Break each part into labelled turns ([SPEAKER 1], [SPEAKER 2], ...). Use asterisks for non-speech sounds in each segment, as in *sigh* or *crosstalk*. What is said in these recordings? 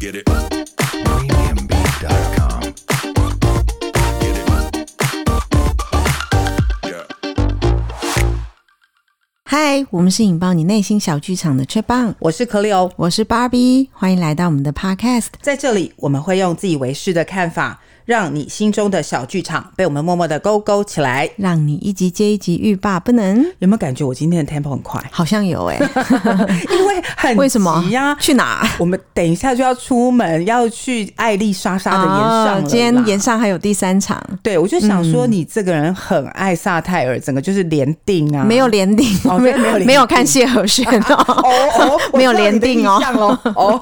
[SPEAKER 1] Get it. Premiumbeat.com. Get it. Yeah.
[SPEAKER 2] 嗨，我们是引爆你内心小剧场的吹棒，
[SPEAKER 3] 我是可里欧，
[SPEAKER 2] 我是芭比，欢迎来到我们的 Podcast。
[SPEAKER 3] 在这里我们会用自以为是的看法，让你心中的小剧场被我们默默的勾勾起来。
[SPEAKER 2] 让你一集接一集欲罢不能，
[SPEAKER 3] 有没有感觉我今天的 tempo 很
[SPEAKER 2] *laughs*
[SPEAKER 3] 快？
[SPEAKER 2] 好像有
[SPEAKER 3] *laughs*
[SPEAKER 2] 哎、
[SPEAKER 3] 因为很
[SPEAKER 2] 为什么
[SPEAKER 3] 急啊呀、
[SPEAKER 2] 去哪儿？
[SPEAKER 3] 我们等一下就要出门，要去艾丽莎莎的岩上了啦、
[SPEAKER 2] 哦今天岩嗯上还有第三场，
[SPEAKER 3] 对，我就想说你这个人很爱萨泰尔，整个就是连定啊，
[SPEAKER 2] 没有连顶，
[SPEAKER 3] 哦
[SPEAKER 2] 没
[SPEAKER 3] 真的没有连定
[SPEAKER 2] 没有看谢和弦
[SPEAKER 3] *laughs* 哦
[SPEAKER 2] 哦。 *laughs*
[SPEAKER 3] 哦，我
[SPEAKER 2] 没有
[SPEAKER 3] 知道
[SPEAKER 2] 连
[SPEAKER 3] 你的
[SPEAKER 2] 定
[SPEAKER 3] 意
[SPEAKER 2] 哦
[SPEAKER 3] 向咯
[SPEAKER 2] *laughs*
[SPEAKER 3] 哦，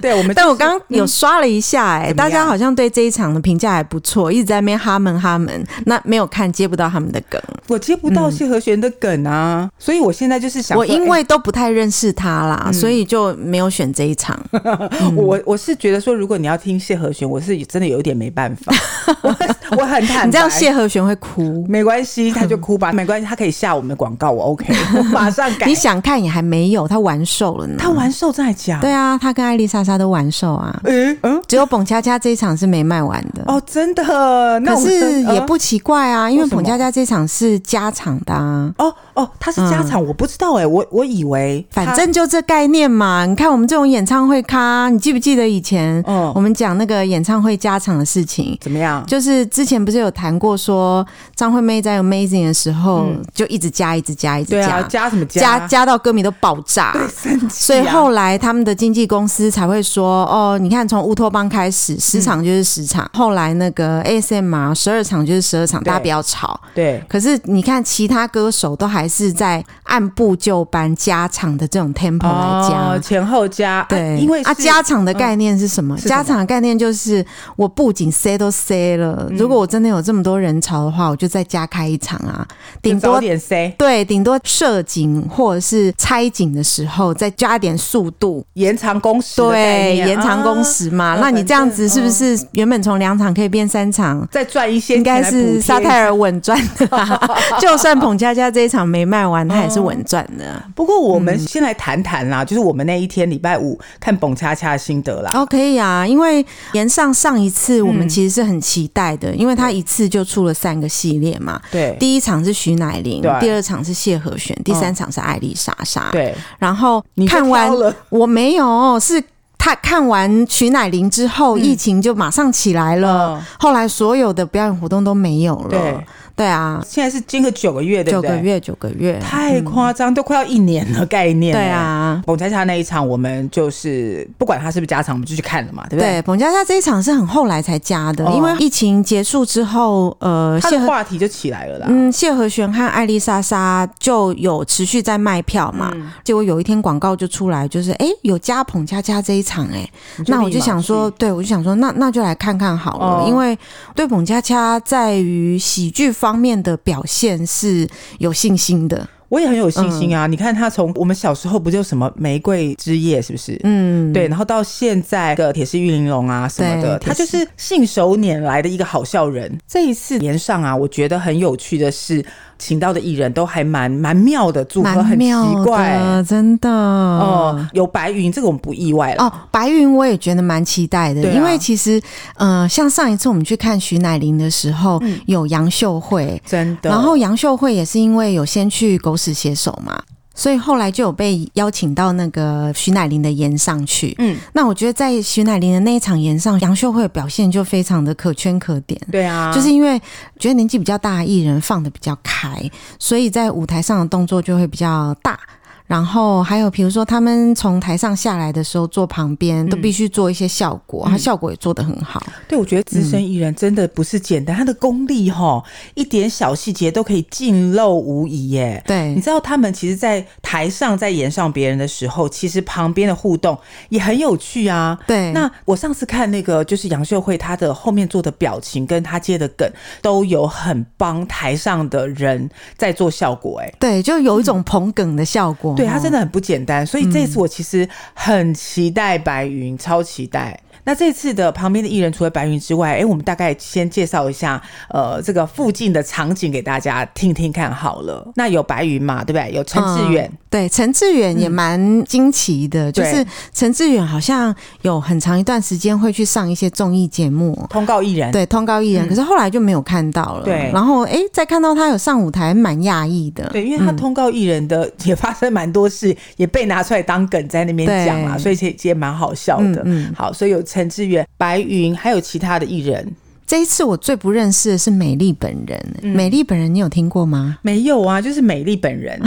[SPEAKER 3] 对，我们
[SPEAKER 2] 但
[SPEAKER 3] 就
[SPEAKER 2] 我
[SPEAKER 3] 是嗯
[SPEAKER 2] 刚刚有刷了一下、哎、
[SPEAKER 3] 怎么
[SPEAKER 2] 大
[SPEAKER 3] 样
[SPEAKER 2] 家好像对这一场的评价还不错，一直在那边哈们哈们，那没有看接不到他们的梗，
[SPEAKER 3] 我接不到谢和弦的梗啊，所以我现在就是想说，
[SPEAKER 2] 嗯
[SPEAKER 3] 哎嗯
[SPEAKER 2] 我因为都不太认识他啦，所以就没有选这一场。嗯
[SPEAKER 3] 我我是觉得说，如果你要听谢和弦，我是真的有一点没办法， *laughs* 我我很坦白。
[SPEAKER 2] 你这样谢和弦会哭，
[SPEAKER 3] 没关系，他就
[SPEAKER 2] *laughs*
[SPEAKER 3] 哭吧，没关系，他可以下我们的广告，我 OK，我马上改。
[SPEAKER 2] 你想看也还没有，他完售了呢。
[SPEAKER 3] 他玩兽在讲，
[SPEAKER 2] 对啊，他跟艾丽莎莎都完售啊，
[SPEAKER 3] 诶，嗯，
[SPEAKER 2] 只有蹦恰恰这一场是没卖完的。
[SPEAKER 3] 哦，真的，那
[SPEAKER 2] 可
[SPEAKER 3] 我们
[SPEAKER 2] 是也
[SPEAKER 3] 呃
[SPEAKER 2] 不奇怪啊，因为
[SPEAKER 3] 为什么
[SPEAKER 2] 蹦恰恰这场是加场的啊。
[SPEAKER 3] 哦哦，他是家常，我不知道哎，我我以为他
[SPEAKER 2] 嗯反正就这概念嘛，你看我们这种演唱会咖，你记不记得以前
[SPEAKER 3] 嗯
[SPEAKER 2] 我们讲那个演唱会加场的事情？
[SPEAKER 3] 怎么样？
[SPEAKER 2] 就是之前不是有谈过说张惠妹在 Amazing 的时候、就一直加，一直加，一直
[SPEAKER 3] 嗯对
[SPEAKER 2] 加，
[SPEAKER 3] 啊，加什么
[SPEAKER 2] 加加到歌迷都爆炸，
[SPEAKER 3] 啊
[SPEAKER 2] 所以后来他们的经纪公司才会说，哦，你看从乌托邦开始，十场就是十场，后来那个 ASMR 啊十二场就是十二场，
[SPEAKER 3] 嗯对
[SPEAKER 2] 大家不要吵。
[SPEAKER 3] 对，
[SPEAKER 2] 可是你看，其他歌手都还是在按部就班加场的这种 tempo 来加。
[SPEAKER 3] 哦前后加，啊
[SPEAKER 2] 对，
[SPEAKER 3] 因为
[SPEAKER 2] 啊，
[SPEAKER 3] 是嗯
[SPEAKER 2] 加场的概念是什么？
[SPEAKER 3] 什么
[SPEAKER 2] 加场的概念就是，我不仅塞都塞了，
[SPEAKER 3] 嗯
[SPEAKER 2] 如果我真的有这么多人潮的话，我就再加开一场啊，顶
[SPEAKER 3] 就
[SPEAKER 2] 多
[SPEAKER 3] 早点 C
[SPEAKER 2] 对，顶多射警或者是拆警的时候再加点速度，
[SPEAKER 3] 延长工时的概
[SPEAKER 2] 对，
[SPEAKER 3] 念，
[SPEAKER 2] 延长工
[SPEAKER 3] 啊，
[SPEAKER 2] 时嘛。
[SPEAKER 3] 啊
[SPEAKER 2] 那你这样子
[SPEAKER 3] 反
[SPEAKER 2] 是
[SPEAKER 3] 正嗯
[SPEAKER 2] 不是原本从两场可以变三场？
[SPEAKER 3] 再赚一些
[SPEAKER 2] 应
[SPEAKER 3] 钱来
[SPEAKER 2] 该
[SPEAKER 3] 补贴
[SPEAKER 2] 是
[SPEAKER 3] 一下，
[SPEAKER 2] 沙泰尔稳赚的
[SPEAKER 3] *laughs*
[SPEAKER 2] 啦，就算彭佳佳这一场没卖
[SPEAKER 3] 嗯
[SPEAKER 2] 完，他也是稳赚的。
[SPEAKER 3] 不过我
[SPEAKER 2] 嗯
[SPEAKER 3] 们先来谈谈啦，就是我们那一天礼拜五看蹦恰恰的心得啦。
[SPEAKER 2] 哦，可以啊，因为延上上一次
[SPEAKER 3] 嗯
[SPEAKER 2] 我们其实是很期待的，因为他一次就出了三个系列嘛。
[SPEAKER 3] 对
[SPEAKER 2] 第一场是徐乃麟
[SPEAKER 3] 对，嗯
[SPEAKER 2] 第二场是谢和弦，第三场是艾丽莎莎。
[SPEAKER 3] 对，
[SPEAKER 2] 然后
[SPEAKER 3] 你就
[SPEAKER 2] 看完
[SPEAKER 3] 挑了
[SPEAKER 2] 我没有，是他看完徐乃麟之后，疫情就马上起来了，
[SPEAKER 3] 嗯
[SPEAKER 2] 后来所有的表演活动都没有了。
[SPEAKER 3] 对，
[SPEAKER 2] 啊，
[SPEAKER 3] 现在是经过九个月，对
[SPEAKER 2] 九
[SPEAKER 3] 不对？
[SPEAKER 2] 个月，九个月，
[SPEAKER 3] 太夸张，都快要一年了，概念。
[SPEAKER 2] 对，啊。
[SPEAKER 3] 蹦恰恰那一场，我们就是不管他是不是加场，我们就去看了嘛，对不对？
[SPEAKER 2] 对，彭佳佳这一场是很后来才加的，
[SPEAKER 3] 哦
[SPEAKER 2] 因为疫情结束之后，呃，
[SPEAKER 3] 他
[SPEAKER 2] 谢
[SPEAKER 3] 的
[SPEAKER 2] 和
[SPEAKER 3] 话题就起来了啦。
[SPEAKER 2] 嗯谢和弦和艾丽莎莎就有持续在卖票嘛，
[SPEAKER 3] 嗯
[SPEAKER 2] 结果有一天广告就出来，就是哎、诶有加彭佳佳这一场哎、诶
[SPEAKER 3] 你立
[SPEAKER 2] 那
[SPEAKER 3] 马
[SPEAKER 2] 我就想说，
[SPEAKER 3] 去，
[SPEAKER 2] 对我就想说，那那就来看看好了，
[SPEAKER 3] 哦
[SPEAKER 2] 因为对彭恰恰在于喜剧方面的表现是有信心的。
[SPEAKER 3] 我也很有信心
[SPEAKER 2] 嗯
[SPEAKER 3] 啊！你看他从我们小时候不就什么玫瑰之夜，是不是？
[SPEAKER 2] 嗯，
[SPEAKER 3] 对，然后到现在的铁丝玉玲珑啊什么的，
[SPEAKER 2] 对
[SPEAKER 3] 他就是信手拈来的一个好笑人。这一次连上啊，我觉得很有趣的是，请到的艺人都还蛮蛮妙的组合，
[SPEAKER 2] 蛮
[SPEAKER 3] 很奇
[SPEAKER 2] 妙
[SPEAKER 3] 怪
[SPEAKER 2] 的，真的
[SPEAKER 3] 哦、
[SPEAKER 2] 哦。
[SPEAKER 3] 有白云，这个我们不意外了。
[SPEAKER 2] 哦，白云我也觉得蛮期待的，
[SPEAKER 3] 对啊
[SPEAKER 2] 因为其实，呃，像上一次我们去看徐乃麟的时候，
[SPEAKER 3] 嗯
[SPEAKER 2] 有杨秀慧，
[SPEAKER 3] 真的，
[SPEAKER 2] 然后杨秀慧也是因为有先去狗屎写手嘛，所以后来就有被邀请到那个徐乃麟的演上去。
[SPEAKER 3] 嗯，
[SPEAKER 2] 那我觉得在徐乃麟的那一场演上，杨秀慧的表现就非常的可圈可点。
[SPEAKER 3] 对啊，
[SPEAKER 2] 就是嗯因为觉得年纪比较大的艺人放的比较开，所以在舞台上的动作就会比较大。然后还有，比如说他们从台上下来的时候，坐旁
[SPEAKER 3] 嗯
[SPEAKER 2] 边都必须做一些效果，他效果也做得很好。
[SPEAKER 3] 对我觉得资深艺人真的不是简单，他的功力哈，一点小细节都可以尽露无遗耶。
[SPEAKER 2] 对
[SPEAKER 3] 你知道他们其实，在台上在演上别人的时候，其实旁边的互动也很有趣啊。
[SPEAKER 2] 对，
[SPEAKER 3] 那我上次看那个，就是杨秀慧她的后面做的表情跟她接的梗，都有很帮台上的人在做效果、哎，
[SPEAKER 2] 对就有一种捧梗的效果。
[SPEAKER 3] 对她真
[SPEAKER 2] 的。
[SPEAKER 3] 的很不简单，所以这一次我其实很期待白云，超期待。那这次的旁边的艺人除了白云之外，哎、我们大概先介绍一下，呃，这个附近的场景给大家听听看好了。那有白云嘛，对不对？有陈志远，
[SPEAKER 2] 嗯对陈志远也蛮惊奇的，就
[SPEAKER 3] 对
[SPEAKER 2] 是陈志远好像有很长一段时间会去上一些综艺节目。
[SPEAKER 3] 通告艺人，
[SPEAKER 2] 对通告艺人，
[SPEAKER 3] 嗯
[SPEAKER 2] 可是后来就没有看到了。
[SPEAKER 3] 对
[SPEAKER 2] 然后哎，诶再看到他有上舞台，蛮讶异的。
[SPEAKER 3] *laughs* 对，因为他
[SPEAKER 2] 嗯
[SPEAKER 3] 通告艺人的也发生蛮多事，也被拿出来当梗在那边讲啦，
[SPEAKER 2] 对
[SPEAKER 3] 所以其实也蛮好笑的。
[SPEAKER 2] 嗯嗯
[SPEAKER 3] 好，所以有陈志远、白云，还有其他的艺人？
[SPEAKER 2] 这一次我最不认识的是美丽本人。美丽本人，你有听过吗 *laughs*
[SPEAKER 3] 没有啊？就是美丽本人，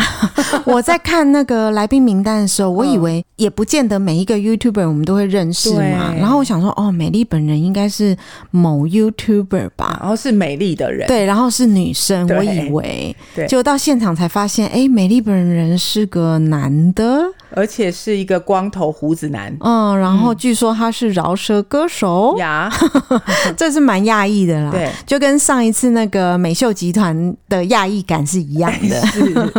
[SPEAKER 2] 我在看那个来宾名单的时候，我
[SPEAKER 3] 嗯
[SPEAKER 2] 以为也不见得每一个 YouTuber 我们都会认识嘛。
[SPEAKER 3] 对
[SPEAKER 2] 然后我想说，哦，美丽本人应该是某 YouTuber 吧？
[SPEAKER 3] 然后是美丽的人，
[SPEAKER 2] 对，然后是女生，
[SPEAKER 3] 对
[SPEAKER 2] 我以为，
[SPEAKER 3] 对
[SPEAKER 2] 结果到现场才发现，哎，美丽本人是个男的，
[SPEAKER 3] 而且是一个光头胡子男
[SPEAKER 2] 嗯，然后据说他是饶舌歌手，
[SPEAKER 3] *laughs* 呀，
[SPEAKER 2] *laughs* 这是蛮讶异的啦。
[SPEAKER 3] 对，
[SPEAKER 2] 就跟上一次那个美秀集团的讶异感是一样
[SPEAKER 3] *laughs*
[SPEAKER 2] 的。
[SPEAKER 3] 是，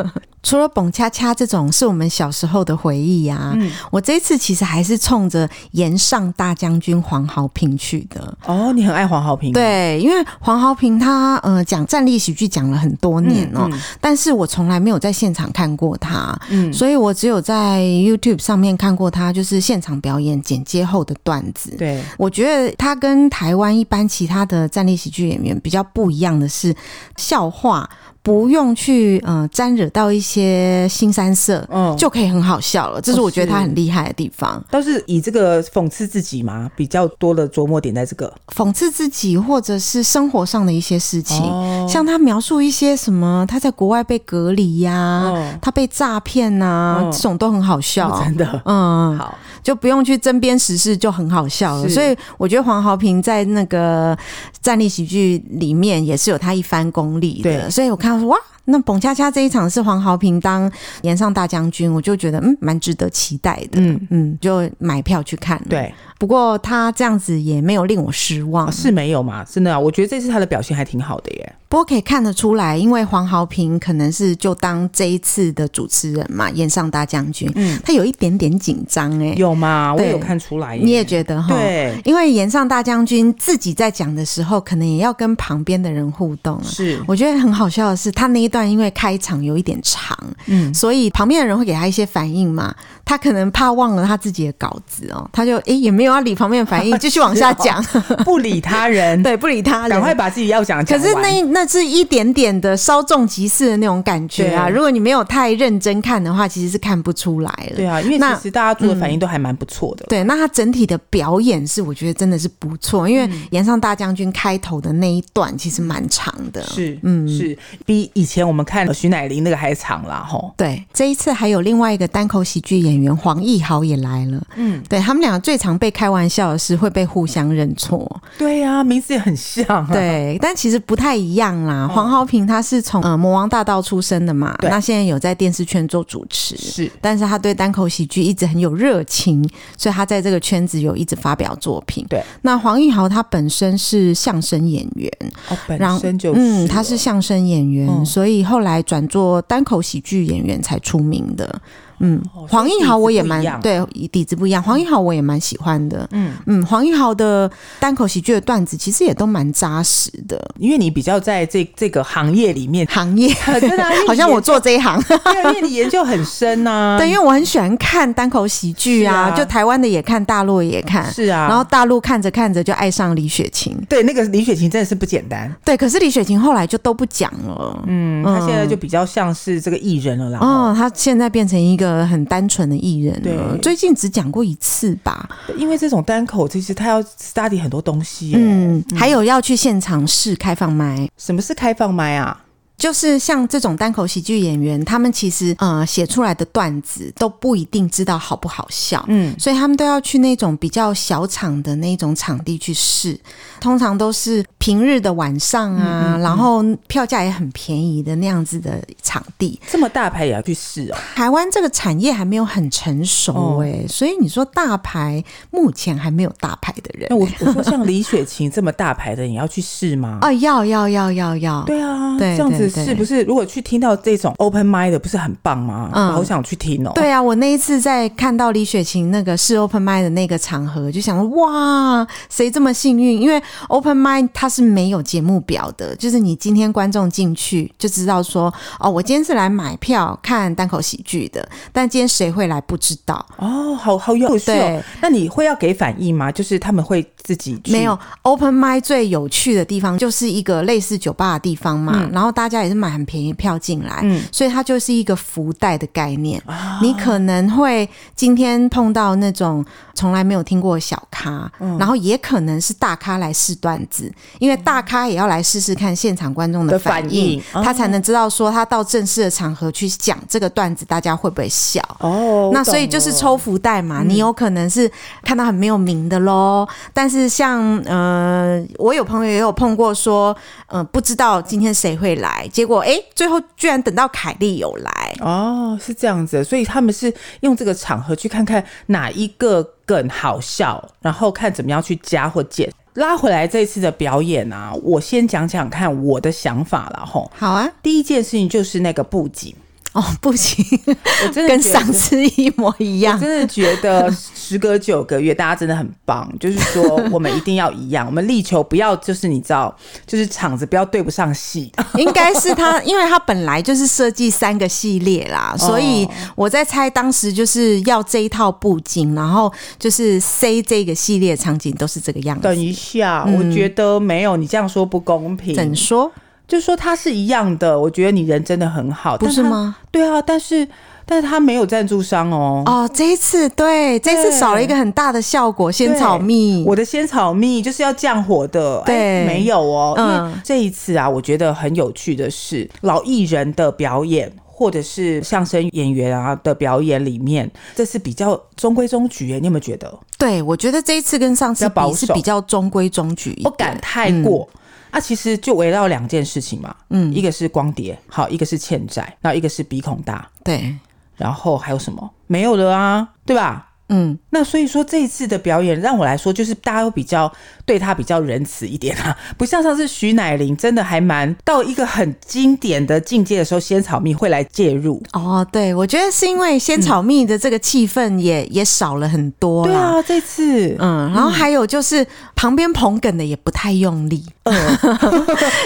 [SPEAKER 2] 除了蹦恰恰这种是我们小时候的回忆啊，
[SPEAKER 3] 嗯
[SPEAKER 2] 我这一次其实还是冲着岩上大将军黄豪平去的。
[SPEAKER 3] 哦，你很爱黄浩平，，
[SPEAKER 2] 对，因为黄豪平他呃讲战力喜剧讲了很多年哦、
[SPEAKER 3] 嗯
[SPEAKER 2] 但是我从来没有在现场看过他，
[SPEAKER 3] 嗯
[SPEAKER 2] 所以我只有在 YouTube 上面看过他，就是现场表演剪接后的段子。
[SPEAKER 3] 对，
[SPEAKER 2] 我觉得他跟台湾一般其他的战力喜剧演员比较不一样的是，笑话不用去呃沾惹到一些新三色，
[SPEAKER 3] 嗯，就
[SPEAKER 2] 就可以很好笑了。这是我觉得他很厉害的地方，
[SPEAKER 3] 都是以这个讽刺自己嘛，比较多的琢磨点在这个
[SPEAKER 2] 讽刺自己或者是生活上的一些事情。
[SPEAKER 3] 哦
[SPEAKER 2] 像他描述一些什么，他在国外被隔离呀、
[SPEAKER 3] 哦
[SPEAKER 2] 他被诈骗呐，
[SPEAKER 3] 嗯
[SPEAKER 2] 这种都很好笑，
[SPEAKER 3] *laughs* 真的
[SPEAKER 2] 嗯，
[SPEAKER 3] 好，
[SPEAKER 2] 就不用去争边时事，就很好笑了。
[SPEAKER 3] 是
[SPEAKER 2] 所以我觉得黄豪平在那个战力喜剧里面也是有他一番功力的。
[SPEAKER 3] 对
[SPEAKER 2] 所以我看到说哇，那蹦恰恰这一场是黄豪平当岩上大将军，我就觉得嗯，蛮值得期待的。
[SPEAKER 3] 嗯，
[SPEAKER 2] 嗯，就买票去看。，
[SPEAKER 3] 对，
[SPEAKER 2] 不过他这样子也没有令我失望，
[SPEAKER 3] 哦是没有嘛，真的啊，我觉得这次他的表现还挺好的耶。
[SPEAKER 2] 不过可以看得出来，因为黄豪平可能是就当这一次的主持人嘛，岩上大将军，
[SPEAKER 3] 嗯
[SPEAKER 2] 他有一点点紧张哎、
[SPEAKER 3] 有吗？我
[SPEAKER 2] 对
[SPEAKER 3] 有看出来耶，
[SPEAKER 2] 你也觉得哈？。
[SPEAKER 3] 对，
[SPEAKER 2] 因为岩上大将军自己在讲的时候，可能也要跟旁边的人互动啊。
[SPEAKER 3] 是，
[SPEAKER 2] 我觉得很好笑的是，他那一段因为开场有一点长，
[SPEAKER 3] 嗯，
[SPEAKER 2] 所以旁边的人会给他一些反应嘛。他可能怕忘了他自己的稿子哦，他就诶、也没有要理旁边的
[SPEAKER 3] *laughs*
[SPEAKER 2] 反应，继续往下讲，
[SPEAKER 3] 不哦理他 *laughs*
[SPEAKER 2] *laughs*
[SPEAKER 3] 人，
[SPEAKER 2] 对，不理他人，
[SPEAKER 3] 赶快把自己要讲
[SPEAKER 2] 可
[SPEAKER 3] 讲
[SPEAKER 2] 是
[SPEAKER 3] 完
[SPEAKER 2] 那那是一点点的稍纵即逝的那种感觉啊！
[SPEAKER 3] 对
[SPEAKER 2] 如果你没有太认真看的话，其实是看不出来了。
[SPEAKER 3] 对啊，因为
[SPEAKER 2] 那
[SPEAKER 3] 其实大家做的反应都还蛮不错的。
[SPEAKER 2] 对那他整体的表演是我觉得真的是不错，因为
[SPEAKER 3] 嗯
[SPEAKER 2] 《岩上大将军》开头的那一段其实蛮长的。
[SPEAKER 3] 是，嗯，是比以前我们看徐乃麟那个还长啦，吼。
[SPEAKER 2] 对，这一次还有另外一个单口喜剧演员黄奕豪也来了。嗯，对他们两个最常被开玩笑的是会被互相认
[SPEAKER 3] *laughs*
[SPEAKER 2] 错，
[SPEAKER 3] 对啊，名字也很像、啊。，
[SPEAKER 2] 对，但其实不太一样啦。黄豪平他是从呃魔王大道出身的嘛，
[SPEAKER 3] 哦对
[SPEAKER 2] 那现在有在电视圈做主持，
[SPEAKER 3] 是，
[SPEAKER 2] 但是他对单口喜剧一直很有热情，所以他在这个圈子有一直发表作品。
[SPEAKER 3] 对，
[SPEAKER 2] 那黄奕豪他本身是相声演员，
[SPEAKER 3] 哦，
[SPEAKER 2] 然
[SPEAKER 3] 本
[SPEAKER 2] 后
[SPEAKER 3] 身就是了，
[SPEAKER 2] 嗯，他是相声演员，
[SPEAKER 3] 嗯
[SPEAKER 2] 所以后来转做单口喜剧演员才出名的。嗯，
[SPEAKER 3] 哦
[SPEAKER 2] 黄奕豪我也
[SPEAKER 3] 所以底子不一
[SPEAKER 2] 蛮
[SPEAKER 3] 样
[SPEAKER 2] 对底子不一样，黄奕豪我也蛮喜欢的。
[SPEAKER 3] 嗯
[SPEAKER 2] 嗯，黄奕豪的单口喜剧的段子其实也都蛮扎实的，，
[SPEAKER 3] 因为你比较在这这个行业里面 *laughs*
[SPEAKER 2] 行业
[SPEAKER 3] 真的啊、因为
[SPEAKER 2] *laughs*
[SPEAKER 3] 你
[SPEAKER 2] 好像我
[SPEAKER 3] 研
[SPEAKER 2] 做这一
[SPEAKER 3] *laughs*
[SPEAKER 2] 行。
[SPEAKER 3] 对啊，因为你研究很深啊呐、 *laughs*
[SPEAKER 2] 对，因为我很喜欢看单口喜剧啊，
[SPEAKER 3] 是啊
[SPEAKER 2] 就台湾的也看，大陆也看，
[SPEAKER 3] 是啊，
[SPEAKER 2] 然后大陆看着看着就爱上李雪琴。
[SPEAKER 3] 对那个李雪琴真的是不简单，
[SPEAKER 2] 对，可是李雪琴后来就都不讲了。
[SPEAKER 3] 嗯，她现在就比较像是这个艺人了啦。吼
[SPEAKER 2] 哦，她现在变成一个很单纯的艺人了。
[SPEAKER 3] 对
[SPEAKER 2] 最近只讲过一次吧。
[SPEAKER 3] 因为这种单口，其实他要 study 很多东西耶。
[SPEAKER 2] 嗯，还有要去现场试开放麦。
[SPEAKER 3] 什么是开放麦啊？
[SPEAKER 2] 就是像这种单口喜剧演员，他们其实呃写出来的段子都不一定知道好不好笑，
[SPEAKER 3] 嗯，
[SPEAKER 2] 所以他们都要去那种比较小场的那种场地去试，通常都是平日的晚上
[SPEAKER 3] 嗯
[SPEAKER 2] 啊，然后票价也很便宜的那样子的场地。
[SPEAKER 3] 这么大牌也要去试哦。
[SPEAKER 2] 台湾这个产业还没有很成熟
[SPEAKER 3] 哦
[SPEAKER 2] 诶、所以你说大牌目前还没有大牌的人
[SPEAKER 3] 那我
[SPEAKER 2] *laughs*
[SPEAKER 3] 我说像李雪琴这么大牌的，你要去试吗？
[SPEAKER 2] 哦哦，要要要要要，
[SPEAKER 3] 对啊，
[SPEAKER 2] 对
[SPEAKER 3] 这样子
[SPEAKER 2] 对对
[SPEAKER 3] 是不是？如果去听到这种 open m i d 的，不是很棒吗？
[SPEAKER 2] 嗯
[SPEAKER 3] 我好想去听哦。
[SPEAKER 2] 对啊，我那一次在看到李雪琴那个是 open m i d 的那个场合，就想哇，谁这么幸运？因为 open m i d 它是没有节目表的，就是你今天观众进去就知道说，哦，我今天是来买票看单口喜剧的，但今天谁会来不知道。
[SPEAKER 3] 哦，好好有趣哦
[SPEAKER 2] 对。
[SPEAKER 3] 那你会要给反应吗？就是他们会自己去
[SPEAKER 2] 没有 open m i d 最有趣的地方就是一个类似酒吧的地方嘛，
[SPEAKER 3] 嗯
[SPEAKER 2] 然后大家也是买很便宜票进来，所以它就是一个福袋的概念。
[SPEAKER 3] 啊
[SPEAKER 2] 你可能会今天碰到那种从来没有听过的小咖，
[SPEAKER 3] 嗯
[SPEAKER 2] 然后也可能是大咖来试段子，因为大咖也要来试试看现场观众
[SPEAKER 3] 的
[SPEAKER 2] 的
[SPEAKER 3] 反
[SPEAKER 2] 反
[SPEAKER 3] 应
[SPEAKER 2] 应，
[SPEAKER 3] 哦
[SPEAKER 2] 他才能知道说他到正式的场合去讲这个段子，大家会不会笑。
[SPEAKER 3] 哦嗯
[SPEAKER 2] 那所以就是抽福袋嘛，你有可能是看到很没有名的喽。但是像呃，我有朋友也有碰过说，呃，不知道今天谁会来，结果诶，最后居然等到凯莉有来。
[SPEAKER 3] 哦，是这样子，所以他们是用这个场合去看看哪一个更好笑，然后看怎么样去加或减。拉回来这次的表演啊，我先讲讲看我的想法了吼。
[SPEAKER 2] 好啊，
[SPEAKER 3] 第一件事情就是那个布景，
[SPEAKER 2] 哦，不
[SPEAKER 3] *laughs*
[SPEAKER 2] 行，
[SPEAKER 3] 我真的
[SPEAKER 2] 跟
[SPEAKER 3] 觉得
[SPEAKER 2] 上次一模一
[SPEAKER 3] 我
[SPEAKER 2] 样。
[SPEAKER 3] 真的觉得时隔九个月，大家真的很棒。就是说，我们一定要一样，我们力求不要就是你知道，就是场子不要对不上戏。
[SPEAKER 2] *laughs* 应该是他，因为他本来就是设计三个系列啦，
[SPEAKER 3] 哦
[SPEAKER 2] 所以我在猜当时就是要这一套布景，然后就是 C 这个系列场景都是这个样
[SPEAKER 3] 等
[SPEAKER 2] 子。
[SPEAKER 3] 一下，我觉得没有你这样说不公平。
[SPEAKER 2] 怎说？
[SPEAKER 3] 就说它是一样的，我觉得你人真的很好，
[SPEAKER 2] 不是
[SPEAKER 3] 但它？
[SPEAKER 2] 吗？
[SPEAKER 3] 对啊，但是但是他没有赞助商哦。
[SPEAKER 2] 哦，这一次对，这一次少了一个很大的效果，仙草蜜。
[SPEAKER 3] 我的仙草蜜就是要降火的，哎
[SPEAKER 2] 对
[SPEAKER 3] 没有哦。
[SPEAKER 2] 嗯
[SPEAKER 3] 因为这一次啊，我觉得很有趣的是老艺人的表演。或者是相声演员啊的表演里面，这是比较中规中矩耶，你有没有觉得？
[SPEAKER 2] 对我觉得这一次跟上次
[SPEAKER 3] 比较保
[SPEAKER 2] 比
[SPEAKER 3] 守
[SPEAKER 2] 是比较中规中矩一
[SPEAKER 3] 不
[SPEAKER 2] 点。
[SPEAKER 3] 敢太过。
[SPEAKER 2] 嗯
[SPEAKER 3] 啊，其实就围绕两件事情嘛，嗯，一个是光碟，好，一个是欠债，然后一个是鼻孔大，
[SPEAKER 2] 对，
[SPEAKER 3] 然后还有什么？没有了啊，对吧？
[SPEAKER 2] 嗯，
[SPEAKER 3] 那所以说这一次的表演，让我来说，就是大家都比较对他比较仁慈一点啊，不像上次徐乃麟真的还蛮到一个很经典的境界的时候，仙草蜜会来介入。
[SPEAKER 2] 哦，对，我觉得是因为仙草蜜的这个气氛也、也少了很多
[SPEAKER 3] 对
[SPEAKER 2] 啦。
[SPEAKER 3] 啊，这次、
[SPEAKER 2] 嗯，然后还有就是旁边捧哏的也不太用力，
[SPEAKER 3] 嗯
[SPEAKER 2] *laughs*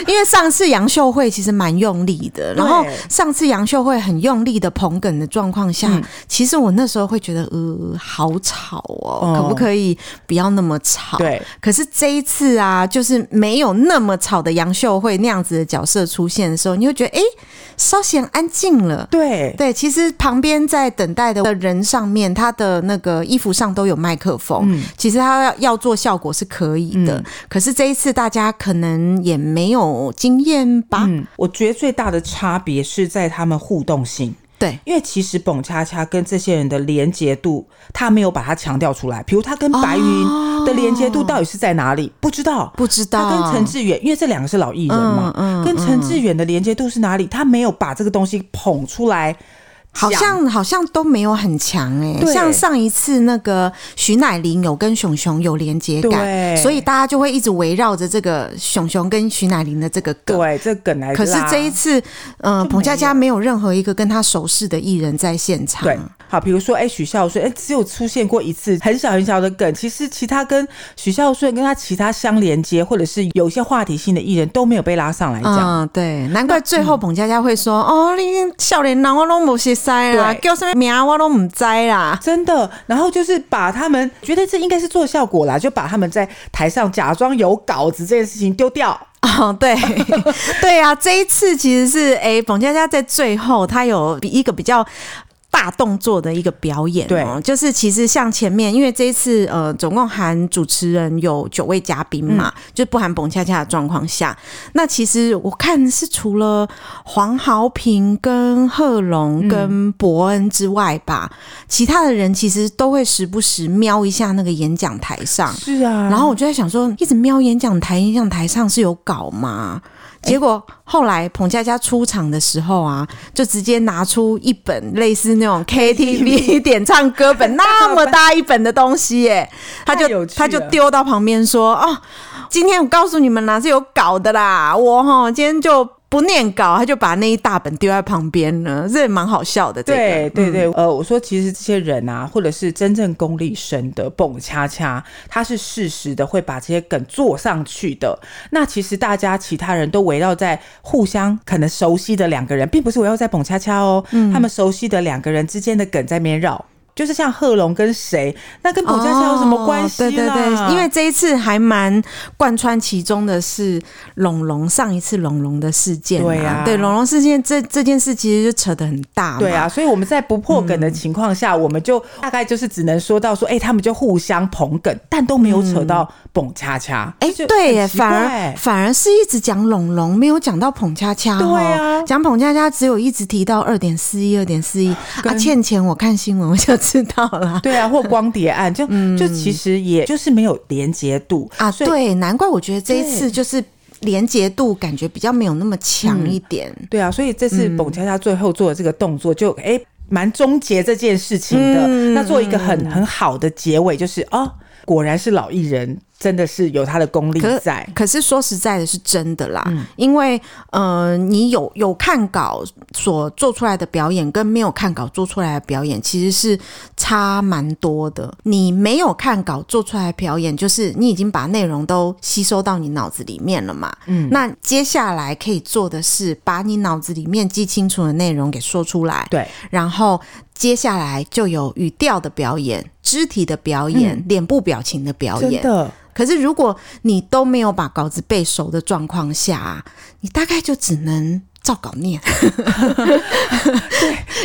[SPEAKER 2] 因为上次杨秀慧其实蛮用力的，然后上次杨秀慧很用力的捧哏的状况下，
[SPEAKER 3] 嗯
[SPEAKER 2] 其实我那时候会觉得呃好吵哦，
[SPEAKER 3] 哦
[SPEAKER 2] 可不可以不要那么吵？
[SPEAKER 3] 对，
[SPEAKER 2] 可是这一次啊，就是没有那么吵的杨秀慧那样子的角色出现的时候，你会觉得哎，诶稍显安静了。
[SPEAKER 3] 对
[SPEAKER 2] 对，其实旁边在等待的人上面，他的那个衣服上都有麦克风，
[SPEAKER 3] 嗯
[SPEAKER 2] 其实他要要做效果是可以的。可是这一次大家可能也没有经验吧？
[SPEAKER 3] 嗯，我觉得最大的差别是在他们互动性。
[SPEAKER 2] 对，
[SPEAKER 3] 因为其实蹦恰恰跟这些人的连结度，他没有把它强调出来。比如他跟白云的连结度到底是在哪里，不知道。
[SPEAKER 2] 不知道
[SPEAKER 3] 他跟陈志远，因为这两个是老艺人嘛，
[SPEAKER 2] 哦嗯嗯
[SPEAKER 3] 跟陈志远的连接度是哪里？他没有把这个东西捧出来讲，
[SPEAKER 2] 好像好像都没有很强哎、
[SPEAKER 3] 对
[SPEAKER 2] 像上一次那个徐乃麟有跟熊熊有连接
[SPEAKER 3] 对
[SPEAKER 2] 感，所以大家就会一直围绕着这个熊熊跟徐乃麟的这个梗。
[SPEAKER 3] 对这梗来拉。
[SPEAKER 2] 可是这一次，呃，彭佳佳没有任何一个跟他熟识的艺人在现场。
[SPEAKER 3] 对，好，比如说，哎、许孝顺，哎、只有出现过一次很小很小的梗，其实其他跟许孝顺跟他其他相连接，或者是有一些话题性的艺人都没有被拉上来讲。嗯
[SPEAKER 2] 嗯，对，难怪最后彭佳佳会说：“哦，你少年人我拢无识塞啦，
[SPEAKER 3] 对
[SPEAKER 2] 叫什么名我都唔知啦。
[SPEAKER 3] 真的，然后就是把他们觉得这应该是做效果啦，就把他们在台上假装有稿子这件事情丢掉。”
[SPEAKER 2] *laughs* 哦，对，对啊，这一次其实是哎，彭佳佳在最后她有比一个比较。大动作的一个表演哦，
[SPEAKER 3] 对
[SPEAKER 2] 就是其实像前面，因为这一次呃，总共含主持人有九位嘉宾嘛，就不含彭恰恰的状况下，那其实我看是除了黄豪平、跟贺龙、跟伯恩之外吧，其他的人其实都会时不时瞄一下那个演讲台上，
[SPEAKER 3] 是啊，
[SPEAKER 2] 然后我就在想说，一直瞄演讲台，演讲台上是有稿吗？
[SPEAKER 3] 哎
[SPEAKER 2] 结果后来彭佳佳出场的时候啊，就直接拿出一本类似那
[SPEAKER 3] *laughs*
[SPEAKER 2] 种 KTV 点唱歌本那么大一本的东西
[SPEAKER 3] *laughs*
[SPEAKER 2] 耶，他
[SPEAKER 3] 太有
[SPEAKER 2] 就
[SPEAKER 3] 趣
[SPEAKER 2] 他就
[SPEAKER 3] 了
[SPEAKER 2] 丢到旁边说：“哦，今天我告诉你们啦，是有稿的啦，我哈今天就。”不念稿，他就把那一大本丢在旁边了，这也蛮好笑的。这
[SPEAKER 3] 对
[SPEAKER 2] 个嗯
[SPEAKER 3] 对对，呃，我说其实这些人啊，或者是真正功力深的蹦恰恰，他是适时的会把这些梗做上去的。那其实大家其他人都围绕在互相可能熟悉的两个人，并不是围绕在蹦恰恰哦，
[SPEAKER 2] 嗯
[SPEAKER 3] 他们熟悉的两个人之间的梗在面绕。就是像贺龙跟谁，那跟蹦恰恰有什么关系、
[SPEAKER 2] 哦
[SPEAKER 3] 啦？
[SPEAKER 2] 对对
[SPEAKER 3] 啊
[SPEAKER 2] 对，因为这一次还蛮贯穿其中的是龙龙上一次龙龙的事件、
[SPEAKER 3] 对啊
[SPEAKER 2] 对龙龙事件这这件事其实就扯得很大嘛。
[SPEAKER 3] 对啊，，所以我们在不破梗的情况下，我们就
[SPEAKER 2] 嗯
[SPEAKER 3] 大概就是只能说到说，哎、他们就互相捧梗，但都没有扯到蹦恰恰。
[SPEAKER 2] 嗯哎、
[SPEAKER 3] 就
[SPEAKER 2] 对
[SPEAKER 3] 很
[SPEAKER 2] 耶，
[SPEAKER 3] 奇
[SPEAKER 2] 反而
[SPEAKER 3] 怪
[SPEAKER 2] 反而是一直讲龙龙，没有讲到捧恰恰、哦。
[SPEAKER 3] 对啊
[SPEAKER 2] 讲捧恰恰只有一直提到二点四一、二点四一啊。
[SPEAKER 3] 跟
[SPEAKER 2] 欠钱我看新闻我就知道啦。
[SPEAKER 3] 对啊，或光碟案，就、就其实也就是没有连结度
[SPEAKER 2] 嗯啊，
[SPEAKER 3] 所以
[SPEAKER 2] 对，难怪我觉得这一次
[SPEAKER 3] 对
[SPEAKER 2] 就是连结度感觉比较没有那么强一点。
[SPEAKER 3] 对啊，所以这
[SPEAKER 2] 嗯
[SPEAKER 3] 次蹦恰恰最后做的这个动作就，哎蛮终结这件事情的。
[SPEAKER 2] 嗯
[SPEAKER 3] 那做一个很很好的结尾，就是哦，果然是老艺人，真的是有他的功力
[SPEAKER 2] 可
[SPEAKER 3] 在。
[SPEAKER 2] 可是说实在的，是真的啦，因为呃，你有有看稿所做出来的表演，跟没有看稿做出来的表演，其实是差蛮多的。你没有看稿做出来的表演，就是你已经把内容都吸收到你脑子里面了嘛。嗯，那接下来可以做的是，把你脑子里面记清楚的内容给说出来。
[SPEAKER 3] 对，
[SPEAKER 2] 然后接下来就有语调的表演、肢体的表演、脸部表情的表
[SPEAKER 3] 真
[SPEAKER 2] 演。
[SPEAKER 3] 的。
[SPEAKER 2] 可是如果你都没有把稿子背熟的状况下啊，你大概就只能。照稿念，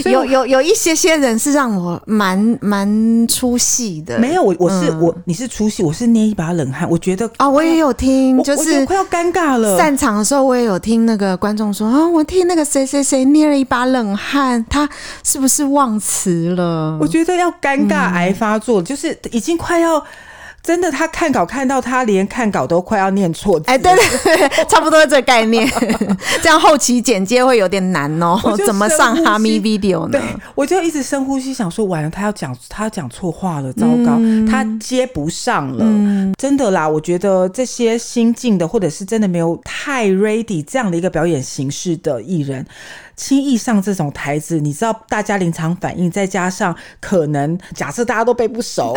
[SPEAKER 3] 所以
[SPEAKER 2] 有有有一些些人是让我蛮蛮出戏的。
[SPEAKER 3] 没有我，我
[SPEAKER 2] 嗯
[SPEAKER 3] 是、我，你是出戏，我是捏一把冷汗。我觉得
[SPEAKER 2] 啊、我也有听，
[SPEAKER 3] 我呃
[SPEAKER 2] 就
[SPEAKER 3] 我觉得
[SPEAKER 2] 是
[SPEAKER 3] 快要尴尬了。
[SPEAKER 2] 散场的时候，我也有听那个观众说啊，我替那个谁谁谁捏了一把冷汗，他是不是忘词了？
[SPEAKER 3] 我觉得要尴
[SPEAKER 2] 嗯
[SPEAKER 3] 尬癌发作，就是已经快要真的，他看稿看到他连看稿都快要念错字。
[SPEAKER 2] 哎，对对对， *laughs* 差不多这个概
[SPEAKER 3] *laughs*
[SPEAKER 2] 念。这样后期剪接会有点难哦
[SPEAKER 3] 我，就
[SPEAKER 2] 怎么上
[SPEAKER 3] 深呼吸
[SPEAKER 2] 哈咪 video 呢
[SPEAKER 3] 对？，我就一直深呼吸，想说完了，他要讲他要讲错话了，糟糕，
[SPEAKER 2] 嗯
[SPEAKER 3] 他接不上了、真的啦，我觉得这些新进的或者是真的没有太 ready 这样的一个表演形式的艺人，轻易上这种台子，你知道大家临场反应，再加上可能假设大家都背
[SPEAKER 2] *laughs*
[SPEAKER 3] 不熟，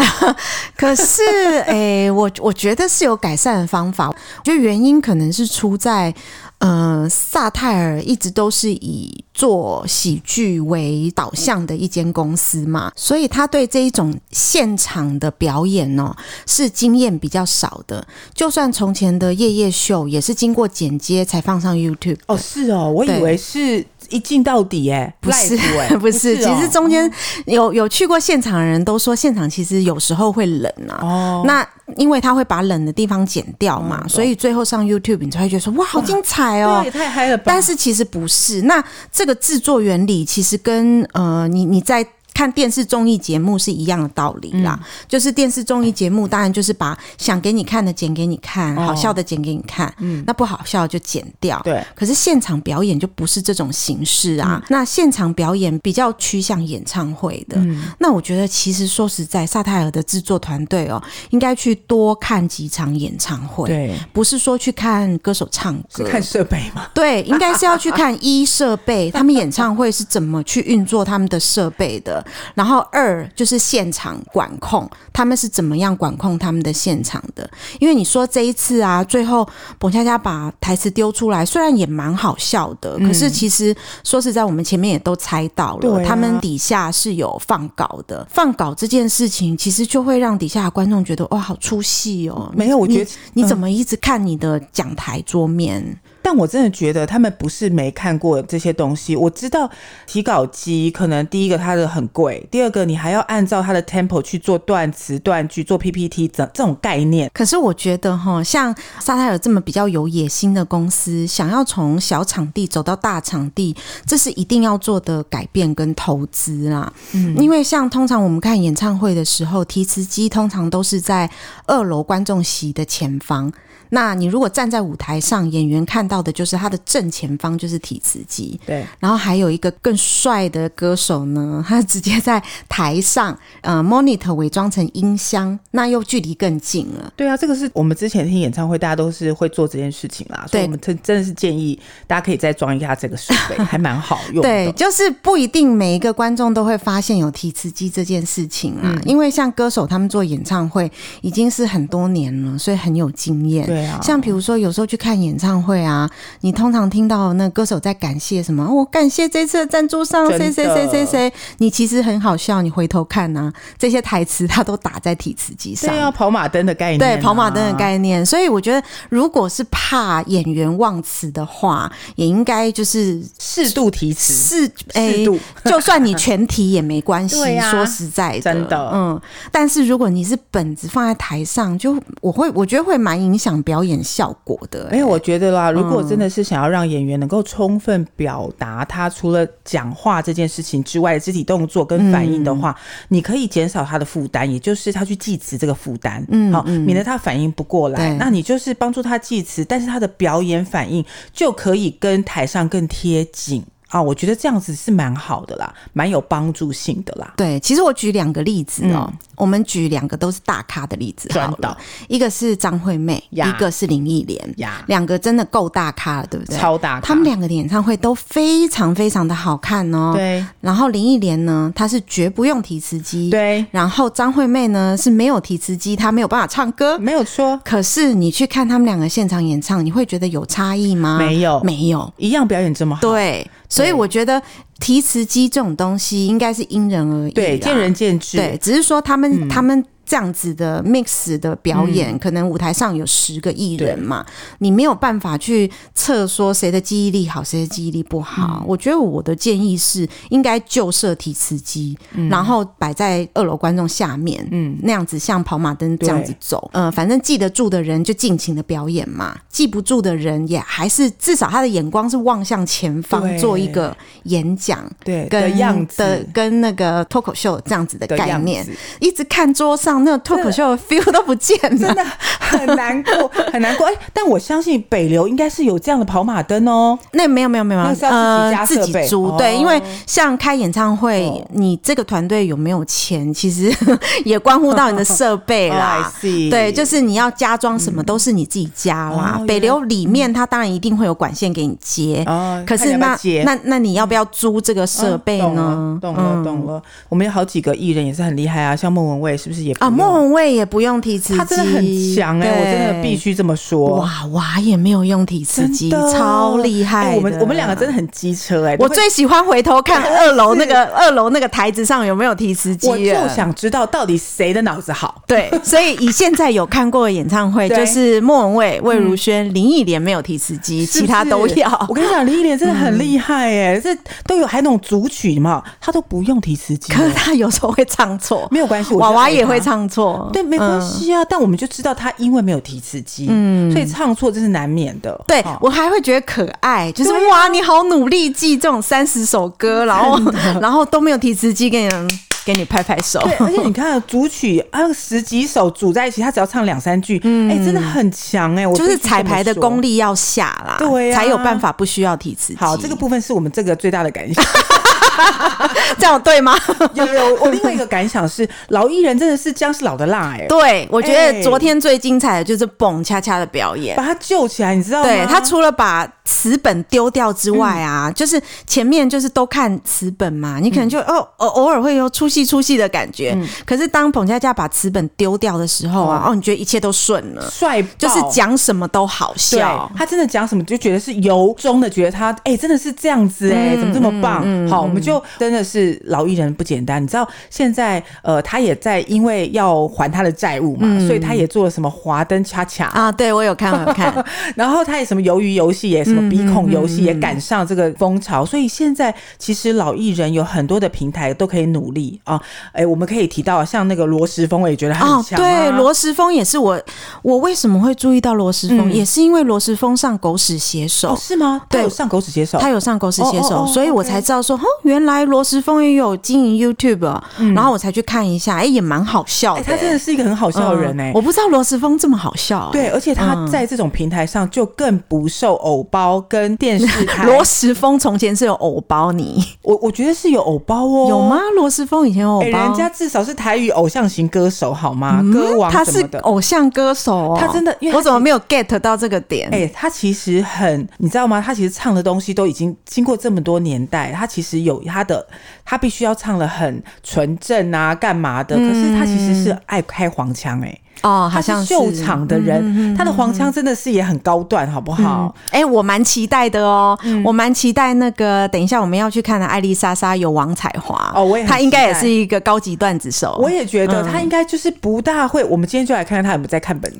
[SPEAKER 2] 可是，哎、我我觉得是有改善的方法。我觉得原因可能是出在，呃，萨泰尔一直都是以做喜剧为导向的一间公司嘛，所以他对这一种现场的表演哦，是经验比较少的。就算从前的夜夜秀也是经过剪接才放上 YouTube 的
[SPEAKER 3] 哦，是哦，我以
[SPEAKER 2] 对
[SPEAKER 3] 为是一镜到底、哎，
[SPEAKER 2] 不是
[SPEAKER 3] live
[SPEAKER 2] *laughs*
[SPEAKER 3] 哎，
[SPEAKER 2] 不是，
[SPEAKER 3] 哦
[SPEAKER 2] 其实中间有有去过现场的人都说，现场其实有时候会冷啊。
[SPEAKER 3] 哦
[SPEAKER 2] 那因为他会把冷的地方剪掉嘛，所以最后上 YouTube 你才会觉得说哇，好精彩
[SPEAKER 3] 对
[SPEAKER 2] 哦
[SPEAKER 3] 也。太嗨了吧！
[SPEAKER 2] 但是其实不是，那这个制作原理其实跟呃，你你在看电视综艺节目是一样的道理啦。
[SPEAKER 3] 嗯
[SPEAKER 2] 就是电视综艺节目，当然就是把想给你看的剪给你看，
[SPEAKER 3] 哦
[SPEAKER 2] 好笑的剪给你看，嗯，那不好笑的就剪掉。
[SPEAKER 3] 对嗯
[SPEAKER 2] 可是现场表演就不是这种形式啊。那现场表演比较趋向演唱会的。
[SPEAKER 3] 嗯
[SPEAKER 2] 那我觉得，其实说实在，萨泰尔的制作团队哦，应该去多看几场演唱会。。
[SPEAKER 3] 对，
[SPEAKER 2] 不是说去看歌手唱
[SPEAKER 3] 是
[SPEAKER 2] 歌，
[SPEAKER 3] 看设备吗？
[SPEAKER 2] 对，应该是要去看一设备，他们演唱会是怎么去运作他们的设备
[SPEAKER 3] *laughs*
[SPEAKER 2] 的，然后二就是现场管控，他们是怎么样管控他们的现场的。因为你说这一次啊，最后彭佳佳把台词丢出来，虽然也蛮好笑的，可是其实说实在，我们前面也都猜到了，
[SPEAKER 3] 嗯对啊
[SPEAKER 2] 他们底下是有放稿的。放稿这件事情，其实就会让底下的观众觉得哇、好出戏哦。
[SPEAKER 3] 没有我
[SPEAKER 2] 你
[SPEAKER 3] 觉得嗯
[SPEAKER 2] 你怎么一直看你的讲台桌面？
[SPEAKER 3] *laughs* 但我真的觉得他们不是没看过这些东西。我知道提稿机可能第一个它的很贵，第二个你还要按照它的 tempo 去做断词断句、做 PPT 这这种概念。
[SPEAKER 2] 可是我觉得哈，像沙泰尔这么比较有野心的公司，想要从小场地走到大场地，这是一定要做的改变跟投资啦。嗯，因为像通常我们看演唱会的时候，提词机通常都是在二楼观众席的前方。那你如果站在舞台上，演员看到的就是他的正前方就是提词机，
[SPEAKER 3] 对，
[SPEAKER 2] 然后还有一个更帅的歌手呢， *laughs* 他直接在台上，呃，monitor 伪装成音箱，那又距离更近了。
[SPEAKER 3] 对啊，这个是我们之前听演唱会，大家都是会做这件事情啦，所
[SPEAKER 2] 对
[SPEAKER 3] 以我们真真的是建议大家可以再装一下这个设
[SPEAKER 2] *laughs*
[SPEAKER 3] 备，还蛮好用
[SPEAKER 2] 对，
[SPEAKER 3] 的。
[SPEAKER 2] 就是不一定每一个观众都会发现有提词机这件事情啊，
[SPEAKER 3] 嗯
[SPEAKER 2] 因为像歌手他们做演唱会已经是很多年了，所以很有经验。
[SPEAKER 3] 对啊，
[SPEAKER 2] 像比如说，有时候去看演唱会啊，你通常听到那歌手在感谢什么？我、感谢这次的赞助商
[SPEAKER 3] 真的
[SPEAKER 2] 谁谁谁谁谁。你其实很好笑，你回头看啊，这些台词他都打在提词机上
[SPEAKER 3] 对。啊，跑马灯的概念、啊
[SPEAKER 2] 对跑马灯的。概念，啊所以我觉得，如果是怕演员忘词的话，也应该就是哎
[SPEAKER 3] 适度提词，
[SPEAKER 2] 是诶，
[SPEAKER 3] 度
[SPEAKER 2] *laughs* 就算你全题也没关系。
[SPEAKER 3] 对啊
[SPEAKER 2] 说实在的，
[SPEAKER 3] 真的
[SPEAKER 2] 嗯。但是如果你是本子放在台上，就我会我觉得会蛮影响表演效果的、
[SPEAKER 3] 没有，我觉得啦，如果真的是想要让演员能够充分表达他除了讲话这件事情之外的肢体动作跟反应的话，你可以减少他的负担，也就是他去记词这个负担，嗯，好，免得他反应不过来
[SPEAKER 2] 对。
[SPEAKER 3] 那你就是帮助他记词，但是他的表演反应就可以跟台上更贴近啊，我觉得这样子是蛮好的啦，蛮有帮助性的啦。
[SPEAKER 2] 对，其实我举两个例子哦，我们举两个都是大咖的例子好
[SPEAKER 3] 嗯真的
[SPEAKER 2] 了，一个是张惠妹，
[SPEAKER 3] 呀
[SPEAKER 2] 一个是林忆莲，
[SPEAKER 3] 呀，
[SPEAKER 2] 两个真的够大咖了，对不对？
[SPEAKER 3] 超大咖，
[SPEAKER 2] 他们两个的演唱会都非常非常的好看哦。
[SPEAKER 3] 对
[SPEAKER 2] 然后林忆莲呢，她是绝不用提词机，。
[SPEAKER 3] 对，
[SPEAKER 2] 然后张惠妹呢是没有提词机，她没有办法唱歌。
[SPEAKER 3] 没有错，
[SPEAKER 2] 可是你去看他们两个现场演唱，你会觉得有差异吗？
[SPEAKER 3] 没有哦
[SPEAKER 2] 没有。
[SPEAKER 3] 一样表演这么好，
[SPEAKER 2] 对，所以我觉得提词机这种东西应该是因人而异，
[SPEAKER 3] 对，见仁。见智，
[SPEAKER 2] 对，只是嗯说他们、他们这样子的 mix 的表演，可能舞台上有十个艺人嘛，你没有办法去测说谁的记忆力好，谁的记忆力不好。我觉得我的建议是，应该就设提词机，然后摆在二楼观众下面，嗯，那样子像跑马灯这样子走。呃，反正记得住的人就尽情的表演嘛，记不住的人也还是至少他的眼光是望向前方
[SPEAKER 3] 对
[SPEAKER 2] 做一个演讲。
[SPEAKER 3] 对的
[SPEAKER 2] 跟
[SPEAKER 3] 样子
[SPEAKER 2] 的跟那个脱口秀这样子的
[SPEAKER 3] 的
[SPEAKER 2] 概
[SPEAKER 3] 样
[SPEAKER 2] 念
[SPEAKER 3] 子，
[SPEAKER 2] 一直看桌上那个脱口秀的 feel 都不见
[SPEAKER 3] *laughs* 真
[SPEAKER 2] 了。
[SPEAKER 3] 的很难过，很难过。哎、但我相信北流应该是有这样的跑马灯哦。
[SPEAKER 2] 那没有没有没有，
[SPEAKER 3] 那是要自己加
[SPEAKER 2] 呃，
[SPEAKER 3] 设
[SPEAKER 2] 自
[SPEAKER 3] 备
[SPEAKER 2] 己租、
[SPEAKER 3] 哦
[SPEAKER 2] 对，因为像开演唱会，你这个团队有没有钱，其实 *laughs* 也关乎到你的设备
[SPEAKER 3] *laughs* Oh,
[SPEAKER 2] 啦
[SPEAKER 3] I。see
[SPEAKER 2] 对，就是你要加装什么都是你自己加啦。
[SPEAKER 3] 哦
[SPEAKER 2] 北
[SPEAKER 3] 原来
[SPEAKER 2] 流里面它当然一定会有管线给你接，
[SPEAKER 3] 哦
[SPEAKER 2] 可
[SPEAKER 3] 看你
[SPEAKER 2] 是
[SPEAKER 3] 要不要
[SPEAKER 2] 那
[SPEAKER 3] 接哦嗯
[SPEAKER 2] 那那你要不要租这个设备呢？嗯
[SPEAKER 3] 懂了，懂了，懂了。我们有好几个艺人也是很厉害啊，像莫文蔚是不是也不
[SPEAKER 2] 啊，
[SPEAKER 3] 用
[SPEAKER 2] 莫文蔚也不用提词机，
[SPEAKER 3] 她真的很强哎、我真的
[SPEAKER 2] 对
[SPEAKER 3] 必须这么说。
[SPEAKER 2] 娃娃也没有用提词机，
[SPEAKER 3] 真的
[SPEAKER 2] 超厉害的、
[SPEAKER 3] 哎我们我们两个真的很机车哎、
[SPEAKER 2] 我
[SPEAKER 3] 都会
[SPEAKER 2] 最喜欢回头看二楼那个二楼那个台子上有没有提词机
[SPEAKER 3] 我
[SPEAKER 2] 了
[SPEAKER 3] 就想知道到底谁的脑子好。 *laughs*
[SPEAKER 2] 对，所以以现在有看过的演唱会，
[SPEAKER 3] 对嗯
[SPEAKER 2] 就是莫文蔚、魏如萱、林忆莲没有提词机，
[SPEAKER 3] 是不
[SPEAKER 2] 其他都
[SPEAKER 3] 是
[SPEAKER 2] 要。
[SPEAKER 3] 我跟你讲，林忆莲真的很厉害哎、这都有还有那种组曲嘛，她都不用提词机
[SPEAKER 2] 可
[SPEAKER 3] 哦，
[SPEAKER 2] 是他有时候会唱错，
[SPEAKER 3] 没有关系，我就
[SPEAKER 2] 娃娃
[SPEAKER 3] 爱
[SPEAKER 2] 也
[SPEAKER 3] 她
[SPEAKER 2] 会唱错，
[SPEAKER 3] 对，没关系
[SPEAKER 2] 嗯
[SPEAKER 3] 啊。但我们就知道他因为没有提词机，嗯，所以唱错这是难免的。
[SPEAKER 2] 对
[SPEAKER 3] 哦
[SPEAKER 2] 我还会觉得可爱，就是
[SPEAKER 3] 对啊
[SPEAKER 2] 哇，你好努力记这种三十首歌，然后 *laughs* 然后都没有提词机，给你给你拍拍手。
[SPEAKER 3] 对，而且你看组曲啊，十几首组在一起，他只要唱两三句，哎、真的很强哎、我
[SPEAKER 2] 嗯就是彩排的功
[SPEAKER 3] 力。
[SPEAKER 2] 力要下啦，
[SPEAKER 3] 对啊
[SPEAKER 2] 才有办法不需要提词机。
[SPEAKER 3] 好，这个部分是我们这个最大的感想。
[SPEAKER 2] *laughs* 这样有对
[SPEAKER 3] *laughs*
[SPEAKER 2] 吗？
[SPEAKER 3] 有有，我另外一个感想是，老艺人真的是姜是老的辣哎、
[SPEAKER 2] 对，我觉
[SPEAKER 3] 哎
[SPEAKER 2] 得昨天最精彩的就是蹦恰恰的表演
[SPEAKER 3] 把。他救起来，你知道吗？
[SPEAKER 2] 对他除了把词本丢掉之外啊，
[SPEAKER 3] 嗯
[SPEAKER 2] 就是前面就是都看词本嘛，你可能就、哦偶偶尔会有出戏出戏的感觉。
[SPEAKER 3] 嗯
[SPEAKER 2] 可是当彭佳佳把词本丢掉的时候啊，哦，你觉得一切都顺了，
[SPEAKER 3] 帅爆，
[SPEAKER 2] 就是讲什么都好
[SPEAKER 3] 对
[SPEAKER 2] 笑。，
[SPEAKER 3] 他真的讲什么就觉得是由衷的，觉得他哎、真的是这样子哎、怎么这么棒？好，我们就真的是老艺人不简单。你知道现在呃，他也在因为要还他的债务嘛，所以他也做了什么华灯恰恰。 *laughs*
[SPEAKER 2] 啊，对我有看，我有看，
[SPEAKER 3] 然后他也什么鱿鱼游戏也什么鼻孔游戏也赶上这个风潮，所以现在其实老艺人有很多的平台都可以努力啊。哎，我们可以提到像那个罗时峰，我也觉得很
[SPEAKER 2] 哦，
[SPEAKER 3] 强、啊
[SPEAKER 2] 对，罗时峰也是我，我为什么会注意到罗时峰，也是因为罗时峰上狗屎写手。
[SPEAKER 3] 嗯哦是吗？他
[SPEAKER 2] 对
[SPEAKER 3] 有上狗屎写手，
[SPEAKER 2] 他有上狗屎写手，
[SPEAKER 3] 哦哦哦
[SPEAKER 2] 所以我
[SPEAKER 3] OK
[SPEAKER 2] 才知道说，哦，原来罗时风雨有经营 YouTube，、然哦后我才去看一下，哎、也蛮好笑的、
[SPEAKER 3] 嗯哎，他真的是一个很好笑的人
[SPEAKER 2] 嗯
[SPEAKER 3] 哎、
[SPEAKER 2] 我不知道罗时峰这么好笑、哎
[SPEAKER 3] 对，，而且他在这种平台上就更不受偶包跟电视台。
[SPEAKER 2] *laughs* 罗时峰从前是有偶包你，
[SPEAKER 3] 我我觉得是有偶包哦，
[SPEAKER 2] 有吗？罗时峰以前有偶包，嗯
[SPEAKER 3] 哎、人家至少是台语偶像型歌手好吗？歌王
[SPEAKER 2] 他
[SPEAKER 3] 什
[SPEAKER 2] 是
[SPEAKER 3] 么的。
[SPEAKER 2] 偶像歌手、哦，
[SPEAKER 3] 他真的因为他
[SPEAKER 2] 我怎么没有 get 到这个点？
[SPEAKER 3] 哎、他其实很，你知道吗？他其实唱的东西都已经经过这么多年代，他其实有他的，他必须要唱的很纯正啊，干嘛的？可是他其实是爱开黄腔、哎、
[SPEAKER 2] 哦，嗯好
[SPEAKER 3] 他
[SPEAKER 2] 像
[SPEAKER 3] 是
[SPEAKER 2] 是嗯
[SPEAKER 3] 秀场的人，他的黄腔真的是也很高段，好不好？
[SPEAKER 2] 哎、我蛮期待的哦，
[SPEAKER 3] 嗯
[SPEAKER 2] 我蛮期待那个等一下我们要去看的艾丽莎莎有王彩华
[SPEAKER 3] 哦我也很
[SPEAKER 2] 她应该也
[SPEAKER 3] 期待
[SPEAKER 2] 是一个高级段子手，
[SPEAKER 3] 我也觉得
[SPEAKER 2] 嗯
[SPEAKER 3] 他应该就是不大会。我们今天就来看看他有没有在看本子，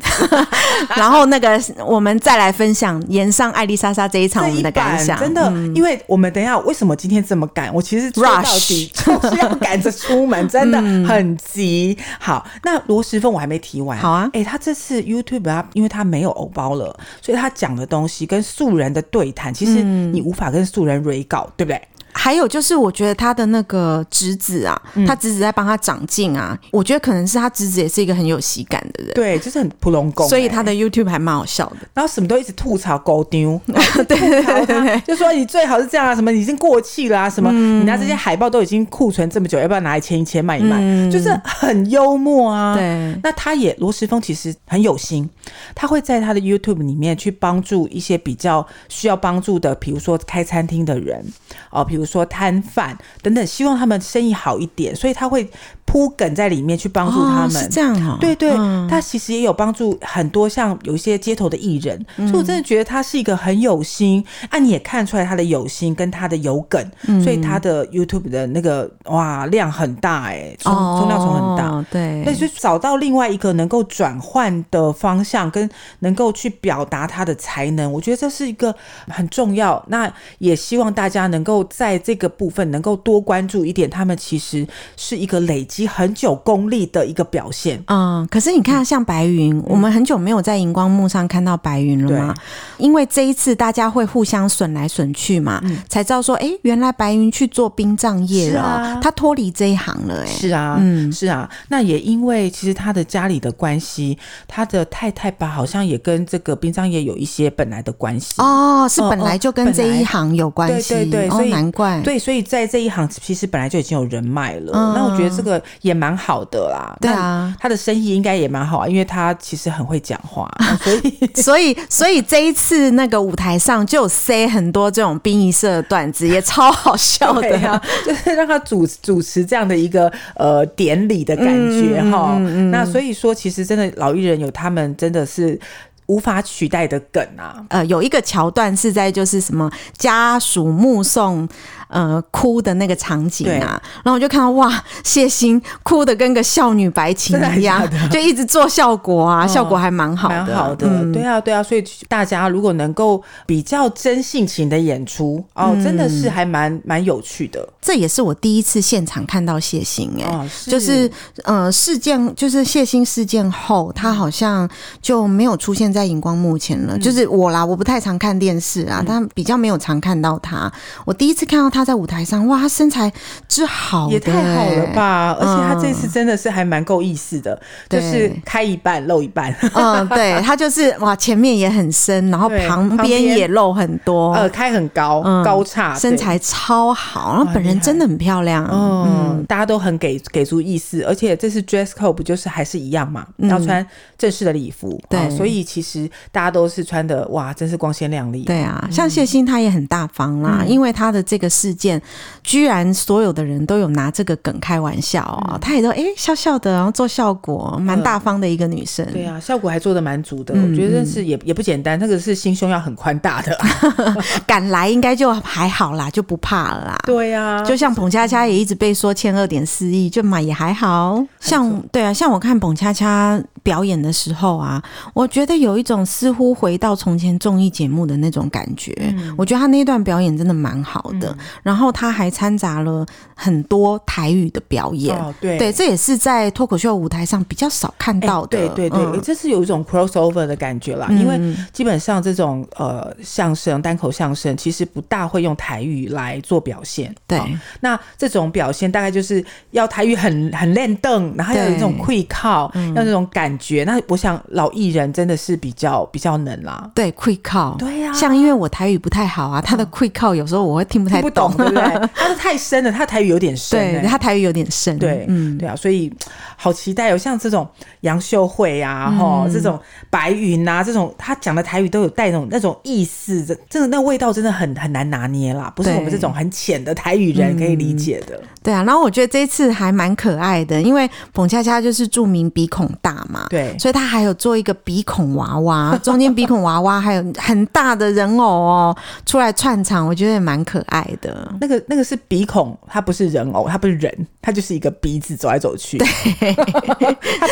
[SPEAKER 2] 然后那个我们再来分享延上艾丽莎莎这一场 *laughs*
[SPEAKER 3] 这
[SPEAKER 2] 我们
[SPEAKER 3] 一
[SPEAKER 2] 的
[SPEAKER 3] 版
[SPEAKER 2] 感想，嗯
[SPEAKER 3] 真的，因为我们等一下为什么今天这么赶？我其实追到
[SPEAKER 2] Rush 嗯
[SPEAKER 3] 底就是要赶着出门，
[SPEAKER 2] *laughs*
[SPEAKER 3] 真的很急。好，那罗时凤我还没提完，
[SPEAKER 2] 好啊
[SPEAKER 3] 哎、他这次 YouTube 他因为他没有偶包了，所以他讲的东西跟素人的对谈，其实
[SPEAKER 2] 嗯
[SPEAKER 3] 你无法跟素人 re 稿，对不对？
[SPEAKER 2] 还有就是，我觉得他的那个侄子啊，
[SPEAKER 3] 嗯
[SPEAKER 2] 他侄子在帮他长进啊，我觉得可能是他侄子也是一个很有喜感的人，
[SPEAKER 3] 对，就是很普龙宫、
[SPEAKER 2] 所以
[SPEAKER 3] 哎
[SPEAKER 2] 他的 YouTube 还蛮好笑
[SPEAKER 3] *laughs*
[SPEAKER 2] 的。
[SPEAKER 3] 然后什么都一直吐槽狗丢，对吐槽他，就说你最好是这样啊，什么已经过气啦、什么
[SPEAKER 2] 嗯
[SPEAKER 3] 你拿这些海报都已经库存这么久，要不要拿来签一签卖一卖？就是很幽默啊。
[SPEAKER 2] 嗯对
[SPEAKER 3] 那他也罗时峰其实很有心，他会在他的 YouTube 里面去帮助一些比较需要帮助的，比如说开餐厅的人哦，比如说摊贩等等，希望他们生意好一点，所以他会铺梗在里面去帮助他
[SPEAKER 2] 哦，
[SPEAKER 3] 们。
[SPEAKER 2] 是这样哦，
[SPEAKER 3] 对对，
[SPEAKER 2] 嗯
[SPEAKER 3] 他其实也有帮助很多像有一些街头的艺人，
[SPEAKER 2] 嗯
[SPEAKER 3] 所以我真的觉得他是一个很有心，啊，你也看出来他的有心跟他的有梗，
[SPEAKER 2] 嗯
[SPEAKER 3] 所以他的 YouTube 的那个哇量很大哎、冲冲量冲很大。
[SPEAKER 2] 哦，对，
[SPEAKER 3] 那就找到另外一个能够转换的方向，跟能够去表达他的才能，我觉得这是一个很重要。那也希望大家能够在这个部分能够多关注一点，他们其实是一个累积很久功力的一个表现。
[SPEAKER 2] 嗯，可是你看，像白云，
[SPEAKER 3] 嗯
[SPEAKER 2] 我们很久没有在荧光幕上看到白云了嘛？因为这一次大家会互相损来损去嘛，才知道说，哎、原来白云去做殡葬业了哦，
[SPEAKER 3] 嗯是啊
[SPEAKER 2] 他脱离这一行了、哎，
[SPEAKER 3] 是啊，是啊。那也因为其实他的家里的关系，他的太太吧，好像也跟这个殡葬业有一些本来的关系。
[SPEAKER 2] 哦，是
[SPEAKER 3] 哦
[SPEAKER 2] 本来就
[SPEAKER 3] 哦
[SPEAKER 2] 跟
[SPEAKER 3] 本
[SPEAKER 2] 这
[SPEAKER 3] 来
[SPEAKER 2] 一行有关系，
[SPEAKER 3] 对对对所
[SPEAKER 2] 哦，
[SPEAKER 3] 以
[SPEAKER 2] 难怪，
[SPEAKER 3] 对，所以在这一行其实本来就已经有人脉了，
[SPEAKER 2] 嗯
[SPEAKER 3] 那我觉得这个也蛮好的啦。
[SPEAKER 2] 对啊
[SPEAKER 3] 那他的生意应该也蛮好啊，因为他其实很会讲
[SPEAKER 2] *laughs*
[SPEAKER 3] 话，所以
[SPEAKER 2] *laughs* 所以所以这一次那个舞台上就有塞很多这种殡仪社的段子，也超好笑的
[SPEAKER 3] *laughs* 对啊，就是让他主主持这样的一个呃典礼的感觉
[SPEAKER 2] 嗯
[SPEAKER 3] 哈、那所以说，其实真的老艺人有他们真的是无法取代的梗啊。
[SPEAKER 2] 呃，有一个桥段是在就是什么家属目送呃哭的那个场景啊，然后我就看到哇，谢欣哭的跟个少女白情
[SPEAKER 3] 真的
[SPEAKER 2] 一
[SPEAKER 3] *laughs*
[SPEAKER 2] 样
[SPEAKER 3] 还假，
[SPEAKER 2] 就一直做效果啊，效果还蛮好的，
[SPEAKER 3] 啊哦蛮好的，
[SPEAKER 2] 嗯
[SPEAKER 3] 对啊，对啊，所以大家如果能够比较真性情的演出哦，
[SPEAKER 2] 嗯
[SPEAKER 3] 真的是还蛮蛮有趣的
[SPEAKER 2] 这也是我第一次现场看到谢欣哎、
[SPEAKER 3] 哦，
[SPEAKER 2] 就是呃，事件就是谢欣事件后，他好像就没有出现在荧光幕前
[SPEAKER 3] 嗯
[SPEAKER 2] 了。就是我啦，我不太常看电视啊，但比较没有常看到他。我第一次看到他在舞台上，哇，他身材之好、
[SPEAKER 3] 也太好了！吧，而
[SPEAKER 2] 嗯
[SPEAKER 3] 且他这次真的是还蛮够意思的，
[SPEAKER 2] 对
[SPEAKER 3] 就是开一半露一半，
[SPEAKER 2] 嗯，对他就是哇，前面也很深，然后
[SPEAKER 3] 对
[SPEAKER 2] 旁
[SPEAKER 3] 旁
[SPEAKER 2] 边
[SPEAKER 3] 边
[SPEAKER 2] 也露很多，
[SPEAKER 3] *laughs* 呃，开很高
[SPEAKER 2] 嗯
[SPEAKER 3] 高叉，对
[SPEAKER 2] 身。材超好，然后
[SPEAKER 3] 哇
[SPEAKER 2] 本
[SPEAKER 3] 厉
[SPEAKER 2] 人
[SPEAKER 3] 害
[SPEAKER 2] 真的很漂亮。
[SPEAKER 3] 嗯，大家都很给给足意思，而且这次 dress code 不就是还是一样嘛，要穿正式的礼服，
[SPEAKER 2] 嗯对
[SPEAKER 3] 哦所以其实大家都是穿的哇，真是光鲜亮丽，
[SPEAKER 2] 对啊，像谢欣她也很大方啦，
[SPEAKER 3] 嗯
[SPEAKER 2] 因为她的这个事件，居然所有的人都有拿这个梗开玩笑啊、
[SPEAKER 3] 嗯
[SPEAKER 2] 她也都哎、诶笑笑的，然后做效果，蛮大方的一个女生。
[SPEAKER 3] 对啊，效果还做的蛮足的，我觉得是也也不简单，那个是心胸要很宽大的、啊。
[SPEAKER 2] 敢来应该就还好啦，就不怕了啦。
[SPEAKER 3] 对啊， *laughs*
[SPEAKER 2] 就像彭恰恰也一直被说欠二点四亿，就买也还好像对啊，像我看彭恰恰表演的时候啊，我觉得有一种似乎回到从前综艺节目的那种感觉。
[SPEAKER 3] 嗯
[SPEAKER 2] 我觉得他那段表演真的蛮好的，然后他还掺杂了很多台语的表演。
[SPEAKER 3] 哦，对
[SPEAKER 2] 对，这也是在脱口秀舞台上比较少看
[SPEAKER 3] 哎
[SPEAKER 2] 到的。
[SPEAKER 3] 对对对，
[SPEAKER 2] 嗯
[SPEAKER 3] 这是有一种 crossover 的感觉啦，因为基本上这种呃相声、单口相声其实不大会用台语来做表现。
[SPEAKER 2] 对
[SPEAKER 3] 哦那这种表现大概就是要台语很很练凳，然后要有
[SPEAKER 2] 对
[SPEAKER 3] 一种愧靠，要那种感觉。那我想老艺人真的是比较比较能啦。
[SPEAKER 2] 对，quick call。
[SPEAKER 3] 对啊呀、
[SPEAKER 2] 像因为我台语不太好啊，他的 quick call 有时候我会听不太
[SPEAKER 3] 听不懂，对
[SPEAKER 2] *laughs*
[SPEAKER 3] 不对？ *laughs* 他的太深了，他台语有点深、
[SPEAKER 2] 对
[SPEAKER 3] 欸。
[SPEAKER 2] 他台语有点深，
[SPEAKER 3] 对，
[SPEAKER 2] 嗯，
[SPEAKER 3] 对啊，所以好期待哦，像这种杨秀慧啊，哈、这种白云啊，这种他讲的台语都有带那种那种意思，这真的那味道真的很很难拿捏啦，不是
[SPEAKER 2] 对
[SPEAKER 3] 我们这种很浅的台语人可以理解的。
[SPEAKER 2] 对啊。然后我觉得这一次还蛮可爱的，因为彭恰恰就是著名鼻孔大嘛，
[SPEAKER 3] 对
[SPEAKER 2] 所以他还有做一个鼻孔娃娃， *laughs* 中间鼻孔娃娃还有很大的人偶哦，出来串场，我觉得也蛮可爱的。
[SPEAKER 3] 那个那个是鼻孔，它不是人偶，它不是人，它就是一个鼻子走来走去，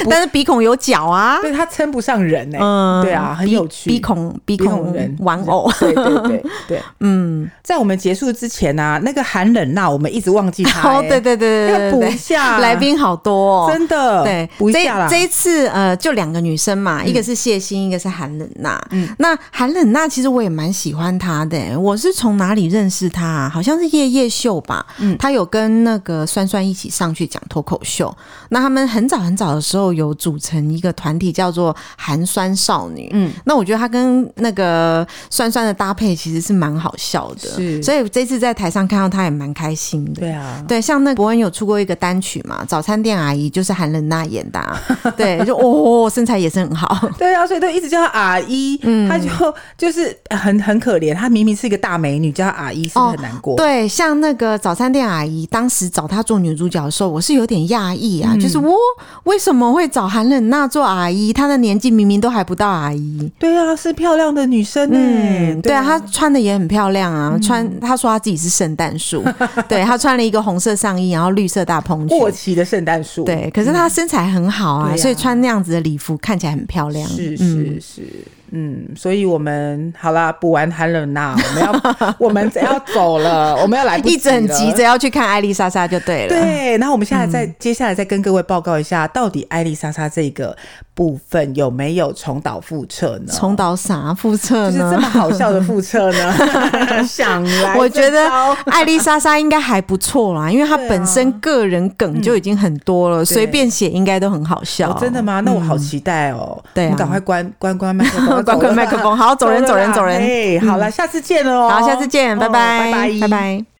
[SPEAKER 2] 但是鼻孔有脚啊，
[SPEAKER 3] *laughs* 对，它称不上人哎、
[SPEAKER 2] 嗯，
[SPEAKER 3] 对啊，很
[SPEAKER 2] 鼻
[SPEAKER 3] 有趣。
[SPEAKER 2] 鼻孔鼻
[SPEAKER 3] 鼻孔人
[SPEAKER 2] 孔玩偶，
[SPEAKER 3] 对对对对， *laughs* 嗯，在我们结束之前呢、那个寒冷啊呐、我们一直忘记 *laughs*
[SPEAKER 2] *laughs*
[SPEAKER 3] 他、
[SPEAKER 2] 哦，
[SPEAKER 3] 哎
[SPEAKER 2] 对对对
[SPEAKER 3] 要
[SPEAKER 2] 对
[SPEAKER 3] 补
[SPEAKER 2] 对
[SPEAKER 3] 一
[SPEAKER 2] 对，
[SPEAKER 3] 下，
[SPEAKER 2] 来宾好多哦，
[SPEAKER 3] 真的
[SPEAKER 2] 对，
[SPEAKER 3] 补一
[SPEAKER 2] 这
[SPEAKER 3] 下啦。嗯
[SPEAKER 2] 这一次呃，就两个女生嘛，一个是谢欣，一个是韩冷娜。那韩冷娜其实我也蛮喜欢她的、我是从哪里认识她、啊？好像是夜夜秀吧，
[SPEAKER 3] 嗯
[SPEAKER 2] 她有跟那个酸酸一起上去讲脱口秀。那他们很早很早的时候有组成一个团体叫做寒酸少女。嗯，那我觉得她跟那个酸酸的搭配其实是蛮好笑的，
[SPEAKER 3] 是
[SPEAKER 2] 所以这次在台上看到她也蛮开心的。
[SPEAKER 3] 对啊，
[SPEAKER 2] 对，像那伯恩有出过一个单曲嘛，《早餐店阿姨》就是韩冷娜演的、啊，对，就哦，身材也是很好，
[SPEAKER 3] 对啊，所以都一直叫她阿姨，
[SPEAKER 2] 嗯
[SPEAKER 3] 她就就是很很可怜，她明明是一个大美女，叫她阿姨是不是很难过？
[SPEAKER 2] 对，像那个早餐店阿姨，当时找她做女主角的时候，我是有点讶异啊，就是我为什么会找韩冷娜做阿姨？她的年纪明明都还不到阿姨，
[SPEAKER 3] 对啊，是漂亮的女生哎、
[SPEAKER 2] 嗯，对啊，她穿的也很漂亮啊，穿她说她自己是圣诞树，对她穿了一个红色上衣，然后绿色大蓬
[SPEAKER 3] 过 *laughs*
[SPEAKER 2] 裙。
[SPEAKER 3] 期的圣诞树，，
[SPEAKER 2] 对，可是她身材很好啊，
[SPEAKER 3] 对啊
[SPEAKER 2] 所以穿那样子的礼服看起来很漂亮。
[SPEAKER 3] 是
[SPEAKER 2] 嗯
[SPEAKER 3] 是是。嗯，所以我们好啦，补完寒冷呐，我们
[SPEAKER 2] *laughs*
[SPEAKER 3] 要我们要走了，我们要来不及
[SPEAKER 2] 一直很
[SPEAKER 3] 了
[SPEAKER 2] 急着要去看艾丽莎莎就对了。
[SPEAKER 3] 对，啊然后我们现在
[SPEAKER 2] 嗯
[SPEAKER 3] 再、接下来再跟各位报告一下，到底艾丽莎莎这个部分有没有重蹈覆辙呢？
[SPEAKER 2] 重蹈啥覆辙
[SPEAKER 3] 就是这
[SPEAKER 2] 啊呢？
[SPEAKER 3] 么好笑的复测
[SPEAKER 2] 嗯 *laughs*
[SPEAKER 3] 呢？想来
[SPEAKER 2] 我觉
[SPEAKER 3] 这
[SPEAKER 2] 得
[SPEAKER 3] 招
[SPEAKER 2] 艾丽莎莎应该还不错
[SPEAKER 3] *laughs*
[SPEAKER 2] 啦，因为她
[SPEAKER 3] 对啊
[SPEAKER 2] 本身个人梗就已经很多了，随便写应该都很好笑。
[SPEAKER 3] 啊哦真的吗？那我好期待哦！
[SPEAKER 2] 对啊
[SPEAKER 3] 我们赶快关关关麦克
[SPEAKER 2] *laughs*
[SPEAKER 3] 风，
[SPEAKER 2] *laughs* 关关麦克风好走人
[SPEAKER 3] 了啦 *laughs*
[SPEAKER 2] 走人走人嗯
[SPEAKER 3] 哎，好了，下次见了哦！
[SPEAKER 2] 好，下次见，
[SPEAKER 3] 哦
[SPEAKER 2] 拜拜，
[SPEAKER 3] 拜拜，
[SPEAKER 2] 拜。拜。